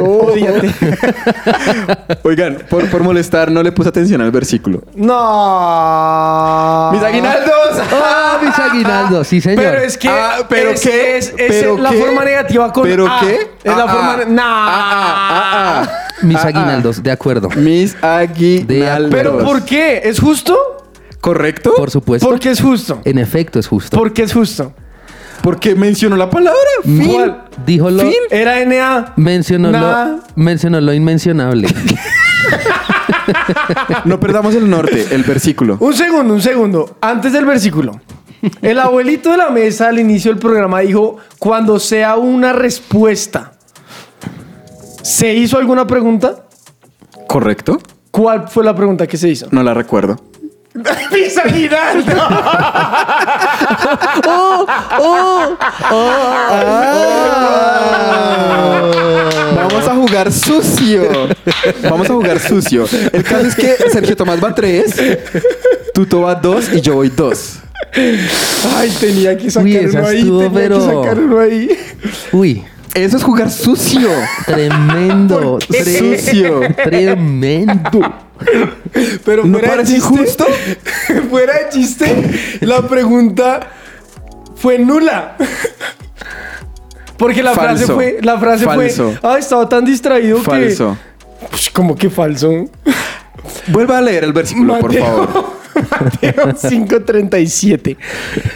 S2: Oigan, por, por molestar no le puse atención al versículo.
S4: No.
S2: ¡Mis aguinaldos!
S3: ¡Ah, mis aguinaldos! Sí, señor.
S4: Pero es que.
S2: Ah, ¿pero
S4: es,
S2: qué?
S4: Es, es
S2: ¿Pero
S4: la
S2: qué?
S4: forma negativa con.
S2: ¿Pero
S4: A.
S2: qué?
S4: Es la
S2: Ah,
S4: forma.
S2: ah.
S4: Nah.
S2: Ah, ah, ah, <laughs>
S3: Mis aguinaldos, de acuerdo.
S2: ah. Mis aguinaldos.
S4: ¿Pero por qué? ¿Es justo?
S2: ¿Correcto?
S3: Por supuesto.
S4: Porque es justo.
S3: En efecto, es justo.
S4: Porque es justo.
S2: ¿Por qué mencionó la palabra? Fin.
S4: ¿Cuál?
S3: Dijo lo.
S2: Fin.
S4: Era NA.
S3: Mencionó
S4: Nah.
S3: lo, mencionó lo inmencionable.
S2: No perdamos el norte, el versículo.
S4: Un segundo, un segundo. Antes del versículo. El abuelito de la mesa al inicio del programa dijo, cuando sea una respuesta. ¿Se hizo alguna pregunta?
S2: <laughs> ¿Correcto?
S4: ¿Cuál fue la pregunta que se <laughs> hizo?
S2: No la recuerdo.
S4: ¡Pisa Ah.
S2: Vamos a jugar sucio. Vamos a jugar sucio. El caso es que Sergio Tomás va 3, Tuto va 2 y yo voy 2.
S4: Ay, tenía que sacar
S3: Uy, esa
S4: uno ahí.
S3: estuvo,
S4: tenía
S3: pero-
S4: que sacar uno ahí.
S3: Uy,
S2: Eso es jugar sucio.
S3: tremendo. tre-
S2: Sucio.
S3: Tremendo.
S4: Pero
S2: ¿No
S4: fuera de
S2: parece
S4: chiste,
S2: injusto?
S4: fuera de chiste, la pregunta fue nula. Porque la frase
S2: Falso.
S4: fue, la frase
S2: Falso.
S4: fue, ah, estaba tan distraído
S2: Falso.
S4: que, Pues, como que falso. <laughs>
S2: Vuelva a leer el versículo, por
S4: Mateo,
S2: favor.
S4: Mateo 5:37.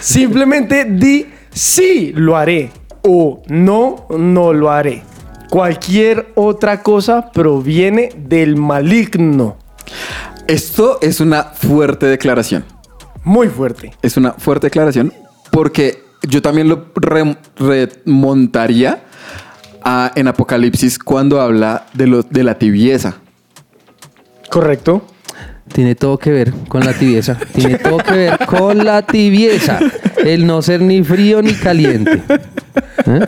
S4: Simplemente di sí, lo haré o no, no lo haré. Cualquier otra cosa proviene del maligno.
S2: Esto es una fuerte declaración.
S4: Muy fuerte.
S2: Es una fuerte declaración porque yo también lo rem- remontaría a- en Apocalipsis cuando habla de, lo, de la tibieza. <laughs>
S4: Correcto.
S3: Tiene todo que ver con la tibieza. Tiene todo que ver con la tibieza. El no ser ni frío ni caliente. ¿Eh?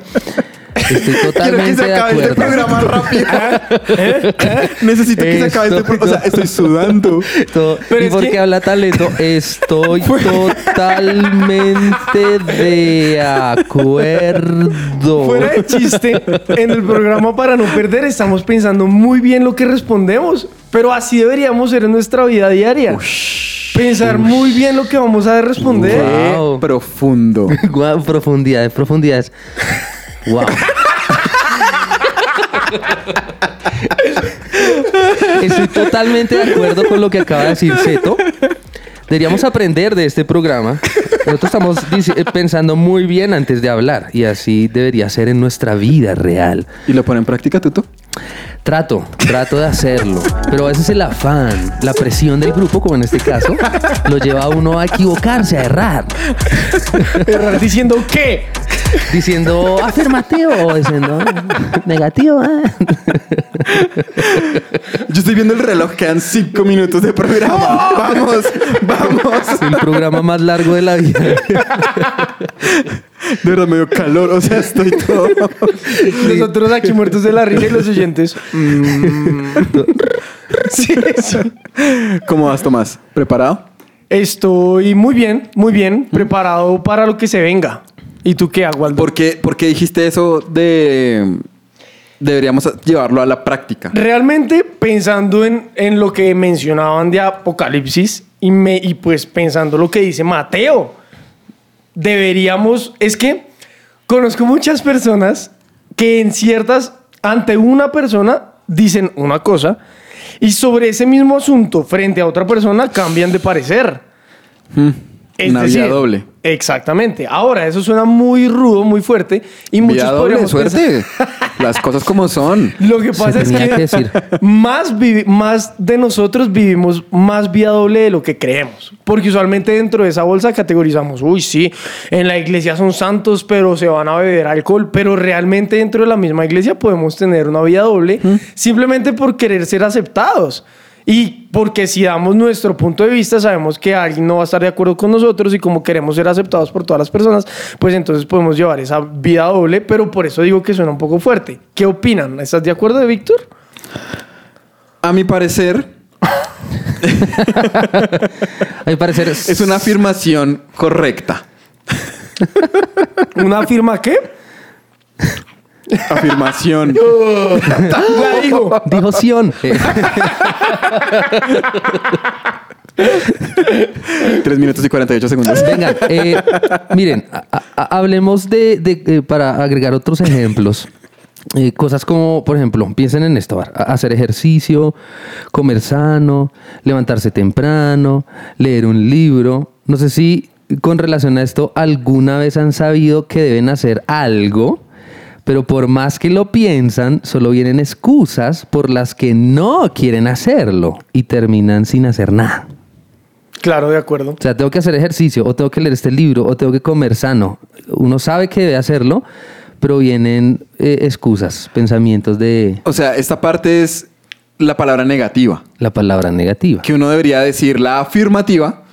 S3: Estoy totalmente de
S4: este
S3: acuerdo.
S2: rápido. <laughs> Necesito que se acabe este programa. O sea, estoy sudando.
S3: To-
S4: Pero
S3: ¿Y
S4: es
S3: por
S4: que-
S3: qué habla tan
S4: <laughs>
S3: lento? Estoy totalmente de acuerdo.
S4: Fuera de chiste, en el programa Para No Perder estamos pensando muy bien lo que respondemos, pero así deberíamos ser en nuestra vida diaria. Pensar muy bien lo que vamos a responder.
S3: Ush. Wow.
S2: Qué Profundo.
S3: Guau, profundidades, profundidades. Wow. Estoy totalmente de acuerdo con lo que acaba de decir Seto. Deberíamos aprender de este programa. Nosotros estamos dice- eh, pensando muy bien antes de hablar y así debería ser en nuestra vida real.
S2: ¿Y lo pone en práctica, Tuto?
S3: Trato, trato de hacerlo, pero a veces el afán, la presión del grupo, como en este caso, lo lleva a uno a equivocarse, a errar,
S4: <laughs> Errar diciendo qué.
S3: diciendo afirmativo o diciendo negativo. ah.
S2: Yo estoy viendo el reloj, quedan cinco minutos de programa. Vamos, vamos.
S3: El programa más largo de la vida.
S2: De verdad me dio calor, o sea, estoy todo.
S4: Nosotros aquí muertos de la risa y los oyentes. mm. Sí, sí.
S2: ¿Cómo vas, Tomás? ¿Preparado?
S4: Estoy muy bien, muy bien, preparado para lo que se venga. ¿Y tú qué, Agualdo?
S2: ¿Por qué, por qué dijiste eso de deberíamos llevarlo a la práctica?
S4: Realmente pensando en, en lo que mencionaban de Apocalipsis y, me, y pues pensando lo que dice Mateo, deberíamos, es que conozco muchas personas que en ciertas, ante una persona, dicen una cosa y sobre ese mismo asunto, frente a otra persona, cambian de parecer. Es
S2: Hmm, Una vía
S4: decir,
S2: doble.
S4: Exactamente. Ahora, eso suena muy rudo, muy fuerte y muchos
S2: Vía doble,
S4: podríamos pensar-
S2: suerte. <laughs> Las cosas como son.
S4: lo que
S3: Se
S4: pasa es
S3: tenía
S4: que,
S3: que
S4: <laughs>
S3: decir.
S4: Más, vivi- más de nosotros vivimos más vía doble de lo que creemos. Porque usualmente dentro de esa bolsa categorizamos, uy, sí, en la iglesia son santos, pero se van a beber alcohol. Pero realmente dentro de la misma iglesia podemos tener una vía doble simplemente por querer ser aceptados. Y porque si damos nuestro punto de vista, sabemos que alguien no va a estar de acuerdo con nosotros y como queremos ser aceptados por todas las personas, pues entonces podemos llevar esa vida doble, pero por eso digo que suena un poco fuerte. ¿Qué opinan? ¿Estás de acuerdo, Víctor?
S2: A mi parecer,
S3: A mi parecer
S2: es una afirmación correcta.
S4: ¿Una firma qué?
S2: Afirmación.
S4: La dijo.
S3: Dijo Sion. Eh,
S2: Tres minutos y 48 segundos.
S3: Venga, eh, miren, a- a- hablemos de, de, eh, para agregar otros ejemplos. Eh, cosas como, por ejemplo, piensen en esto, a- a- hacer ejercicio, comer sano, levantarse temprano, leer un libro. No sé si con relación a esto alguna vez han sabido que deben hacer algo, pero por más que lo piensan, solo vienen excusas por las que no quieren hacerlo y terminan sin hacer nada.
S4: Claro, de acuerdo.
S3: O sea, tengo que hacer ejercicio, o tengo que leer este libro, o tengo que comer sano. Uno sabe que debe hacerlo, pero vienen eh, excusas, pensamientos de
S2: O sea, esta parte es la palabra negativa,
S3: la palabra negativa.
S2: que uno debería decir la afirmativa,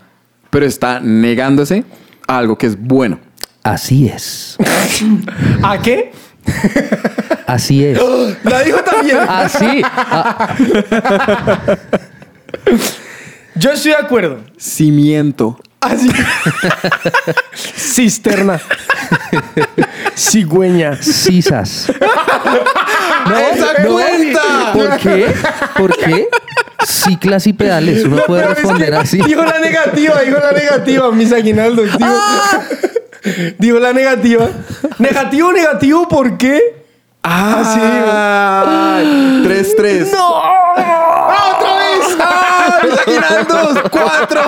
S2: pero está negándose a algo que es bueno.
S3: Así es.
S4: ¿A qué?
S3: Así es.
S2: La dijo también.
S3: Así. Ah,
S4: Yo estoy de acuerdo.
S2: Cimiento.
S4: Así. Cisterna. Cigüeña. Ah,
S3: sisas. No,
S2: ¡Esa cuenta!
S3: ¿Por qué? ¿Por qué? Ciclas y pedales. Uno puede responder así.
S4: Dijo la negativa, dijo la negativa, mis aguinaldos. Dijo, Ah. dijo la negativa. Negativo, negativo, ¿por qué?
S2: Ah, sí. 3 3.
S4: ¡No!
S2: otra vez. ¡Ah! Los aguinaldos. Cuatro.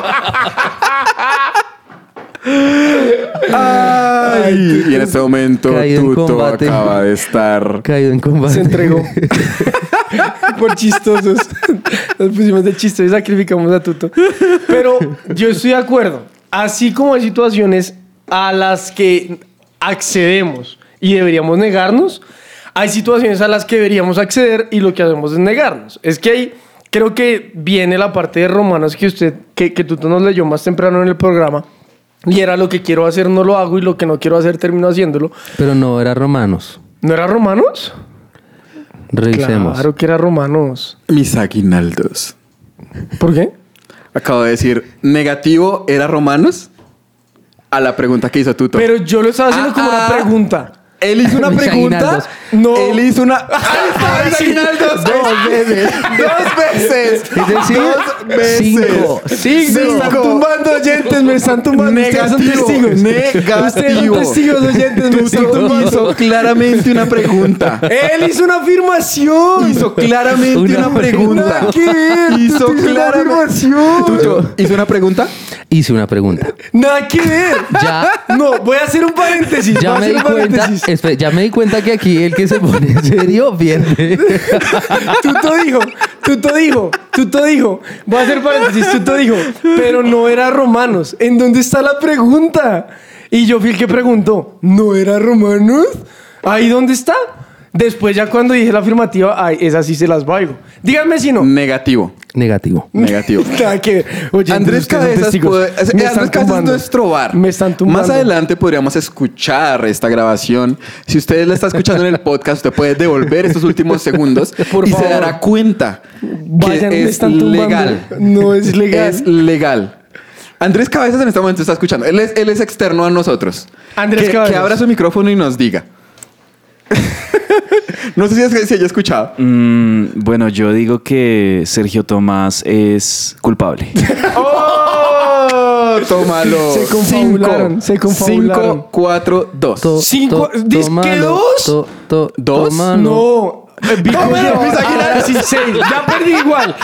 S2: Ay, y en este momento
S3: Caído en
S2: Tuto
S3: combate.
S2: acaba de estar.
S3: Caído en combate.
S4: Se entregó. <laughs> Por chistosos. Nos pusimos de chiste y sacrificamos a Tuto. Pero yo estoy de acuerdo. Así como hay situaciones a las que accedemos y deberíamos negarnos, hay situaciones a las que deberíamos acceder y lo que hacemos es negarnos. Es que ahí creo que viene la parte de Romanos que usted, que, que Tuto nos leyó más temprano en el programa. Y era lo que quiero hacer, no lo hago, y lo que no quiero hacer, termino haciéndolo.
S3: Pero no era romanos.
S4: ¿No era Romanos?
S3: Revisemos.
S4: Claro que era Romanos.
S2: Mis aguinaldos.
S4: ¿Por qué?
S2: Acabo de decir, negativo era romanos a la pregunta que hizo Tuto.
S4: Pero yo lo estaba haciendo
S2: Ah,
S4: como
S2: ah.
S4: una pregunta.
S2: él hizo una
S3: Mis
S2: <laughs> pregunta
S3: aguinaldos.
S4: No.
S2: Él hizo
S4: <laughs>
S2: una. ¡Ay, está bien, Aguinaldo! Dos veces. Dos <laughs> veces.
S3: Es decir,
S2: dos veces.
S3: cinco.
S4: Me están tumbando oyentes, me están tumbando. Ustedes
S2: Negativo.
S4: son testigos. Ustedes son
S2: Negativo.
S4: testigos oyentes, me están
S2: Tú
S4: tumbando.
S2: hizo claramente una pregunta.
S4: Él hizo una afirmación.
S2: Hizo claramente
S3: Una
S2: una, pregunta.
S4: Nada que ver.
S2: Hizo
S4: Una
S2: claramente.
S4: afirmación.
S2: Tucho, ¿Hizo una pregunta?
S3: Hice una pregunta.
S4: Nada que ver.
S3: Ya.
S4: No, voy a hacer un paréntesis.
S3: Ya
S4: voy a
S3: me
S4: hacer
S3: di
S4: un
S3: cuenta,
S4: paréntesis.
S3: espera, ya me di cuenta que aquí el que se pone en serio pierde.
S4: Tuto dijo, Tuto dijo, Tuto dijo. Voy a hacer paréntesis, Tuto dijo. Pero no era romanos. ¿En dónde está la pregunta? Y yo fui el que preguntó, ¿no era romanos? ¿Ahí dónde está? Después ya cuando dije la afirmativa, ay, esa sí se las valgo. Díganme si no.
S2: Negativo.
S3: <laughs> Negativo.
S2: Negativo.
S4: <laughs> Nada que ver. Oye,
S2: Andrés Cabezas, puede- es- Andrés
S4: Me están
S2: Cabezas es
S4: tumbando.
S2: nuestro bar.
S4: Me están tumbando.
S2: Más adelante podríamos escuchar esta grabación. Si usted la está escuchando en el podcast, usted puede devolver estos últimos segundos
S4: <laughs> Por
S2: y
S4: favor.
S2: se dará cuenta
S4: Vayan,
S2: que
S4: me
S2: es
S4: están tumbando.
S2: legal.
S4: No es legal.
S2: Es legal. Andrés Cabezas en este momento está escuchando. Él es, él es externo a nosotros.
S4: Andrés
S2: que,
S4: Cabezas.
S2: Que abra su micrófono y nos diga. <laughs> no sé si, es- si haya escuchado.
S6: Mm, bueno, yo digo que Sergio Tomás es culpable.
S2: ¡Oh! Tómalo.
S4: Se confabularon, se confabularon.
S2: 5, 4, 2.
S3: To-
S4: Cinco-
S3: to-
S4: ¿Diz que
S3: tómalo,
S4: dos?
S3: to- to-
S2: ¿Dos?
S3: tómalo.
S4: No. Vico
S2: No, pero
S4: llevaba-
S2: Luis Aguilar-
S4: ahora sí, seis. Ya perdí igual.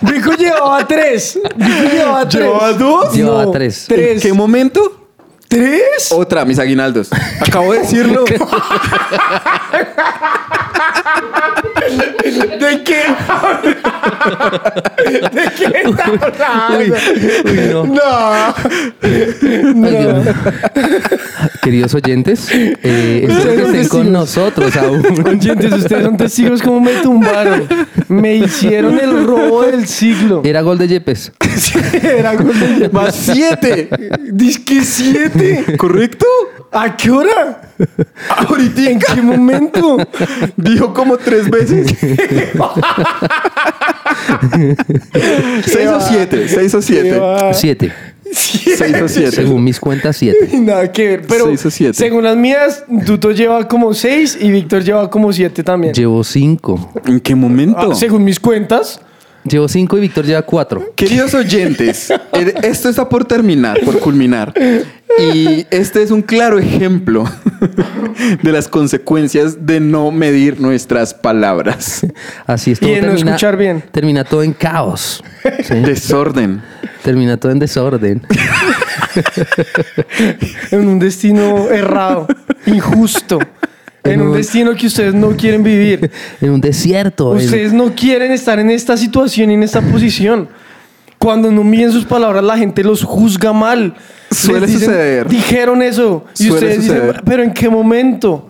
S4: Vico llevaba tres. Vico llevaba tres.
S2: ¿Llevaba dos?
S3: Llevaba tres.
S2: ¿En
S4: Tres.
S2: qué momento?
S4: ¿Tres?
S2: Otra, mis aguinaldos. Acabo de <laughs> decirlo.
S4: ¿De qué?
S3: Uy, uy, no.
S4: <laughs>
S2: no.
S3: Ay, Dios mío. Queridos oyentes, eh, espero que
S4: Ustedes
S3: estén
S4: testigos.
S3: con nosotros aún.
S4: Oyentes, ustedes son testigos como me tumbaron. Me hicieron el robo del siglo.
S3: Era gol de Yepes.
S4: Era gol de Yepes.
S2: Más 7.
S4: Disque siete.
S2: ¿Correcto?
S4: ¿A qué hora?
S2: Ahorita
S4: ¿En qué momento?
S2: dijo como tres veces. seis o siete. Seis o siete.
S4: Ah.
S3: Siete.
S2: Seis o siete.
S3: Según mis cuentas, siete.
S4: Nada que ver. Pero
S2: Seis o siete.
S4: según las mías, Tuto lleva como seis y Víctor lleva como siete también.
S3: Llevo cinco.
S2: ¿En qué momento?
S4: Ah, según mis cuentas.
S3: Llevo cinco y Víctor lleva cuatro.
S2: Queridos oyentes, eh, esto está por terminar, por culminar. Y este es un claro ejemplo de las consecuencias de no medir nuestras palabras.
S3: Así es
S4: Y
S3: todo.
S4: en no escuchar bien.
S3: Termina todo en caos. ¿sí?
S2: Desorden.
S3: Termina todo en desorden.
S4: en un destino errado, injusto, en un destino que ustedes no quieren vivir.
S3: En un desierto. en-
S4: Ustedes no quieren estar en esta situación y en esta posición. Cuando no miden sus palabras, la gente los juzga mal.
S2: Suele
S4: Les dicen,
S2: suceder.
S4: Dijeron eso. Y
S2: Suele
S4: ustedes
S2: suceder.
S4: dicen, ¿pero en qué momento?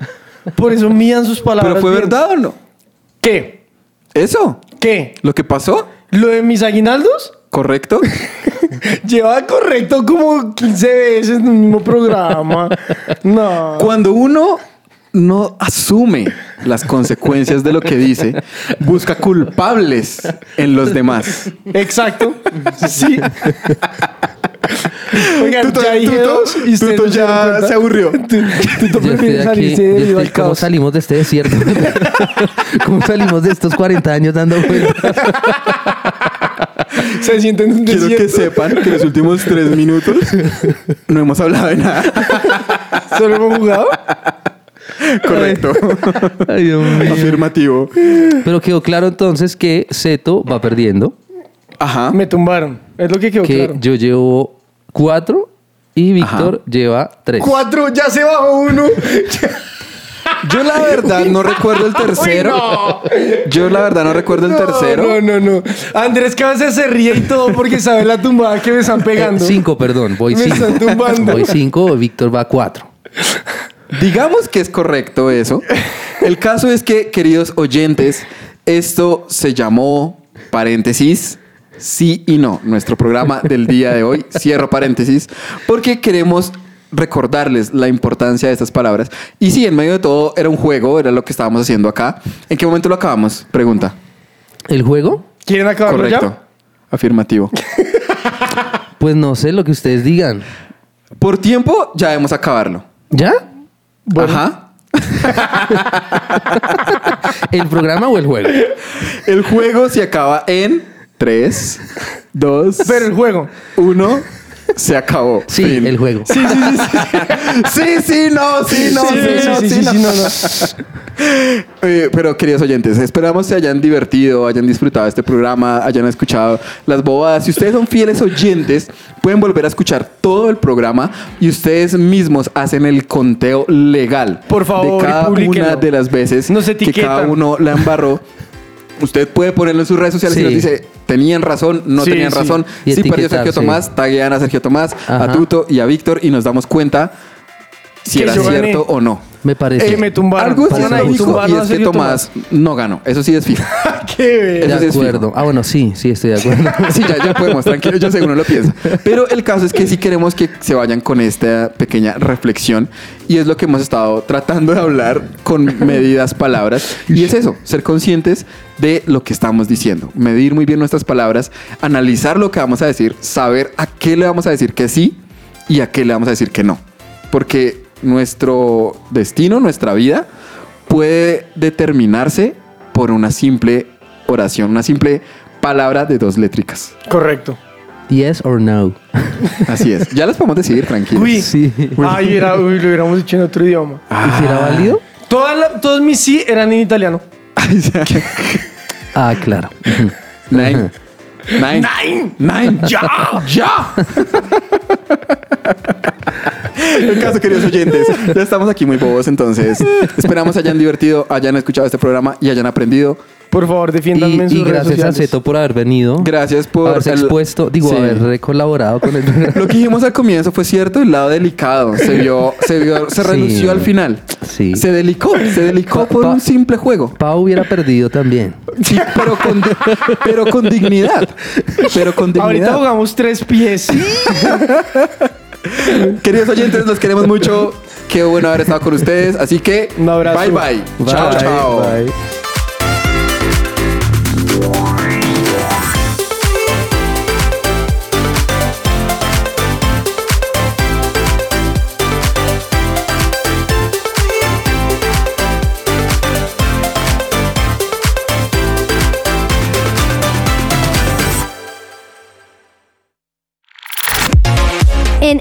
S4: Por eso midan sus palabras.
S2: ¿Pero fue
S4: bien.
S2: verdad o no?
S4: ¿Qué?
S2: ¿Eso?
S4: ¿Qué?
S2: ¿Lo que pasó?
S4: ¿Lo de mis aguinaldos?
S2: ¿Correcto?
S4: Llevaba correcto como 15 veces en el mismo programa. No.
S2: Cuando uno no asume las consecuencias de lo que dice, busca culpables en los demás.
S4: Exacto.
S2: <laughs>
S4: Sí. Oigan,
S2: Tuto-
S4: ya dije
S2: Tuto-
S4: dos y ustedes
S2: Tuto
S4: no se dieron
S2: ya
S4: cuenta.
S2: se aburrió.
S4: Tu- Tuto
S3: Yo estoy
S4: prefiere
S3: aquí.
S4: salirse
S3: yo
S4: debido
S3: estoy-
S4: al
S3: ¿Cómo
S4: caos.
S3: salimos de este
S4: <laughs>
S3: desierto? ¿Cómo salimos de estos 40 años dando vueltas?
S4: Se sienten en un
S2: Quiero
S4: desierto.
S2: que sepan que los últimos tres minutos no hemos hablado de nada.
S4: <laughs> Solo hemos jugado.
S2: Correcto.
S3: Ay, Dios mío.
S2: Afirmativo.
S3: Pero quedó claro entonces que Seto va perdiendo.
S2: Ajá.
S4: Me tumbaron. Es lo que quedó
S3: que
S4: Oh, claro.
S3: yo llevo cuatro y Víctor lleva tres.
S4: Cuatro, ya se bajó uno.
S2: Yo la verdad no recuerdo el tercero. Yo la verdad no recuerdo el tercero.
S4: No, no, no. Andrés Cabeza se ríe y todo porque sabe la tumbada que me están
S3: Eh,
S4: pegando.
S3: cinco, perdón. Voy
S4: Me
S3: cinco.
S4: están tumbando.
S3: Voy cinco, Víctor va cuatro.
S2: Digamos que es correcto eso. El caso es que, queridos oyentes, esto se llamó paréntesis. Sí y no, nuestro programa del día de hoy, cierro paréntesis, porque queremos recordarles la importancia de estas palabras. Y sí, en medio de todo era un juego, era lo que estábamos haciendo acá. ¿En qué momento lo acabamos? Pregunta.
S3: ¿El juego?
S4: ¿Quieren acabarlo
S2: Correcto.
S4: ya?
S2: Afirmativo.
S3: Pues no sé lo que ustedes digan.
S2: Por tiempo ya debemos acabarlo.
S3: ¿Ya?
S2: Ajá.
S3: ¿El programa o el juego?
S2: El juego se acaba en 3, 2,
S4: Pero el juego.
S2: 1. Se acabó.
S3: Sí,
S2: Fin.
S3: el juego.
S2: Sí, sí, sí, <laughs> sí. Sí, sí, no, sí, no, sí, no, sí, no.
S4: no, no.
S2: Eh, pero queridos oyentes, esperamos se hayan divertido, hayan disfrutado este programa, hayan escuchado las bobadas. Si ustedes son fieles oyentes, pueden volver a escuchar todo el programa y ustedes mismos hacen el conteo legal.
S4: Por favor,
S2: de cada
S4: publíquenlo.
S2: una de las veces
S4: Nos
S2: que cada
S4: etiquetan.
S2: uno la embarró. Usted puede ponerlo en sus redes sociales y
S3: Sí.
S2: nos dice, tenían razón, no
S4: Sí,
S2: tenían
S4: sí.
S2: razón.
S3: Y
S2: Sí perdió
S3: etiquetar,
S2: Sergio
S3: sí.
S2: Tomás, taguean a Sergio Tomás, a
S3: Ajá.
S2: Tuto y a Víctor y nos damos cuenta si
S4: Que
S2: era
S4: yo
S2: cierto
S4: gané.
S2: o no.
S3: Me parece.
S4: Eh, me tumbaron.
S2: Algo sí
S4: Pongan
S2: es
S4: ahí,
S2: fijo
S4: tumbaron
S2: y
S4: a
S2: es que
S4: Sergio
S2: Tomás no ganó. Eso sí es fijo.
S4: Qué
S2: <laughs>
S4: bello.
S2: eso sí
S3: de
S2: es fijo.
S3: acuerdo. Ah, bueno, sí, sí, estoy de
S2: <laughs>
S3: acuerdo.
S2: Sí, ya, ya podemos, tranquilo, yo seguro lo pienso. Pero el caso es que sí queremos que se vayan con esta pequeña reflexión y es lo que hemos estado tratando de hablar con medidas, palabras. Y es eso, ser conscientes de lo que estamos diciendo, medir muy bien nuestras palabras, analizar lo que vamos a decir, saber a qué le vamos a decir que sí y a qué le vamos a decir que no. Porque nuestro destino, nuestra vida, puede determinarse por una simple oración, una simple palabra de dos létricas.
S4: Correcto.
S3: yes or no.
S2: Así es. Ya las podemos decidir, tranquilos.
S4: Uy.
S3: Sí.
S4: Ay, era, uy, lo hubiéramos dicho en otro idioma.
S3: ¿Y si era
S2: Ah.
S3: válido?
S4: Todas la- todos mis sí eran en italiano.
S2: <laughs> Ay, ya.
S3: Ah, claro.
S2: Nine. Nine.
S4: ¡Ay!
S2: Nine.
S4: ¡Ya!
S2: ¡Ya! El caso, queridos oyentes, ya estamos aquí muy bobos, entonces esperamos hayan divertido, hayan escuchado este programa y hayan aprendido.
S4: Por favor,
S3: Y,
S4: defiéndanme en sus
S3: y gracias
S4: redes
S3: al
S4: sociales.
S3: Ceto por haber venido.
S2: Gracias por
S3: haberse
S2: el-
S3: expuesto, digo,
S2: Sí.
S3: haber colaborado con el
S2: <laughs>
S3: <laughs>
S2: Lo que dijimos al comienzo fue cierto, el lado delicado. Se vio, se vio, se
S3: <laughs> Sí.
S2: renunció al final.
S3: Sí.
S2: Se delicó, se delicó
S3: Pa-
S2: por
S3: pa-
S2: un simple juego.
S3: Pau hubiera perdido también.
S2: Sí, pero con, pero con dignidad. Pero con
S4: Ahorita
S2: dignidad.
S4: jugamos tres pies.
S2: Queridos oyentes, los queremos mucho. Qué bueno haber estado con ustedes. Así que,
S4: Un abrazo.
S2: bye bye. Chao,
S3: Bye,
S2: chao.
S3: bye.
S7: En